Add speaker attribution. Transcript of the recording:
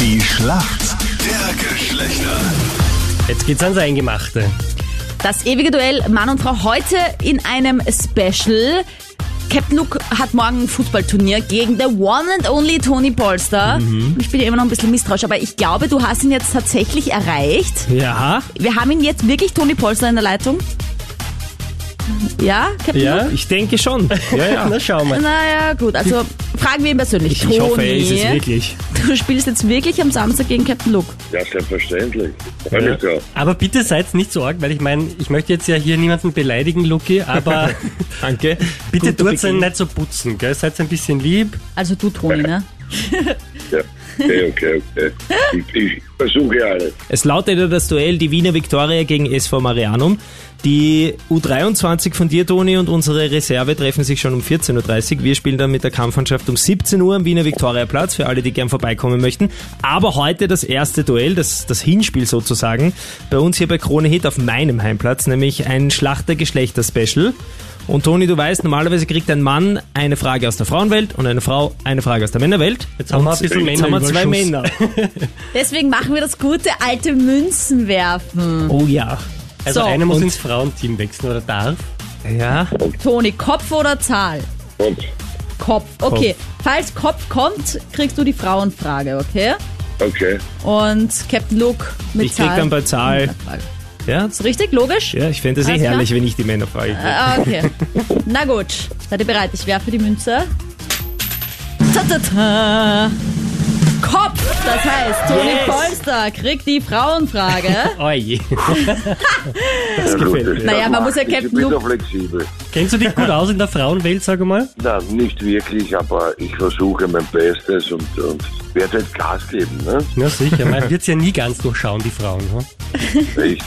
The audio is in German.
Speaker 1: Die Schlacht der Geschlechter.
Speaker 2: Jetzt geht's ans Eingemachte.
Speaker 3: Das ewige Duell Mann und Frau heute in einem Special. Captain Nook hat morgen ein Fußballturnier gegen der One and Only Tony Polster.
Speaker 2: Mhm.
Speaker 3: Ich bin ja immer noch ein bisschen misstrauisch, aber ich glaube, du hast ihn jetzt tatsächlich erreicht.
Speaker 2: Ja,
Speaker 3: Wir haben ihn jetzt wirklich Tony Polster in der Leitung. Ja, Captain Nook?
Speaker 2: ja, ich denke schon. Ja, ja. Na schau mal.
Speaker 3: Naja, gut, also fragen wir ihn persönlich.
Speaker 2: Ich
Speaker 3: Toni,
Speaker 2: hoffe, er ist es wirklich.
Speaker 3: du spielst jetzt wirklich am Samstag gegen Captain Luke.
Speaker 4: Ja, selbstverständlich. Freue mich drauf.
Speaker 2: Aber bitte seid nicht so arg, weil ich meine, ich möchte jetzt ja hier niemanden beleidigen, Luki, aber
Speaker 5: Danke.
Speaker 2: bitte
Speaker 5: Guter
Speaker 2: tut es
Speaker 5: Beginn.
Speaker 2: nicht so putzen, gell? Seid ein bisschen lieb.
Speaker 3: Also du, Toni, ne?
Speaker 4: Ja. Okay, okay, okay. Ich, ich versuche alles.
Speaker 5: Es lautet ja das Duell die Wiener Viktoria gegen SV Marianum. Die U23 von dir, Toni, und unsere Reserve treffen sich schon um 14.30 Uhr. Wir spielen dann mit der Kampfmannschaft um 17 Uhr am Wiener Viktoriaplatz, für alle, die gern vorbeikommen möchten. Aber heute das erste Duell, das, das Hinspiel sozusagen, bei uns hier bei Krone Hit auf meinem Heimplatz, nämlich ein Schlachter-Geschlechter-Special. Und Toni, du weißt, normalerweise kriegt ein Mann eine Frage aus der Frauenwelt und eine Frau eine Frage aus der Männerwelt.
Speaker 2: Jetzt haben wir ein bisschen
Speaker 5: Jetzt haben wir zwei
Speaker 2: Männerüberschuss.
Speaker 5: Männer.
Speaker 3: Deswegen machen wir das gute alte Münzen werfen.
Speaker 5: Oh ja.
Speaker 2: Also
Speaker 3: So.
Speaker 2: einer muss
Speaker 5: Und-
Speaker 2: ins Frauenteam wechseln oder darf.
Speaker 5: Ja.
Speaker 3: Toni, Kopf oder Zahl?
Speaker 4: Und
Speaker 3: Kopf. Okay, falls Kopf kommt, kriegst du die Frauenfrage, okay?
Speaker 4: okay.
Speaker 3: Und Captain Luke mit
Speaker 5: Ich
Speaker 3: Zahl.
Speaker 5: krieg dann bei Zahl.
Speaker 3: Frage.
Speaker 5: Ja,
Speaker 3: Ist richtig, logisch?
Speaker 5: ja ich fände es eh
Speaker 3: Alles klar.
Speaker 5: herrlich, wenn ich die Männer frage.
Speaker 3: Ah, okay. Na gut, seid ihr bereit? Ich werfe die Münze. Ta -ta -ta. Kopf! Das heißt, Toni
Speaker 5: Yes.
Speaker 3: Polster kriegt die Frauenfrage.
Speaker 2: Oh je.
Speaker 4: Das
Speaker 5: gefällt mir.
Speaker 3: Naja, man muss ja
Speaker 4: Ich
Speaker 3: Captain
Speaker 4: bin
Speaker 3: Luke-
Speaker 4: doch flexibel.
Speaker 2: Kennst du dich gut aus in der Frauenwelt, sag mal?
Speaker 4: Na, nicht wirklich, aber ich versuche mein Bestes und, und werde halt Gas geben. Ne?
Speaker 5: ne?
Speaker 2: Na sicher, man wird's ja nie ganz durchschauen, die Frauen. hm?
Speaker 4: Ich,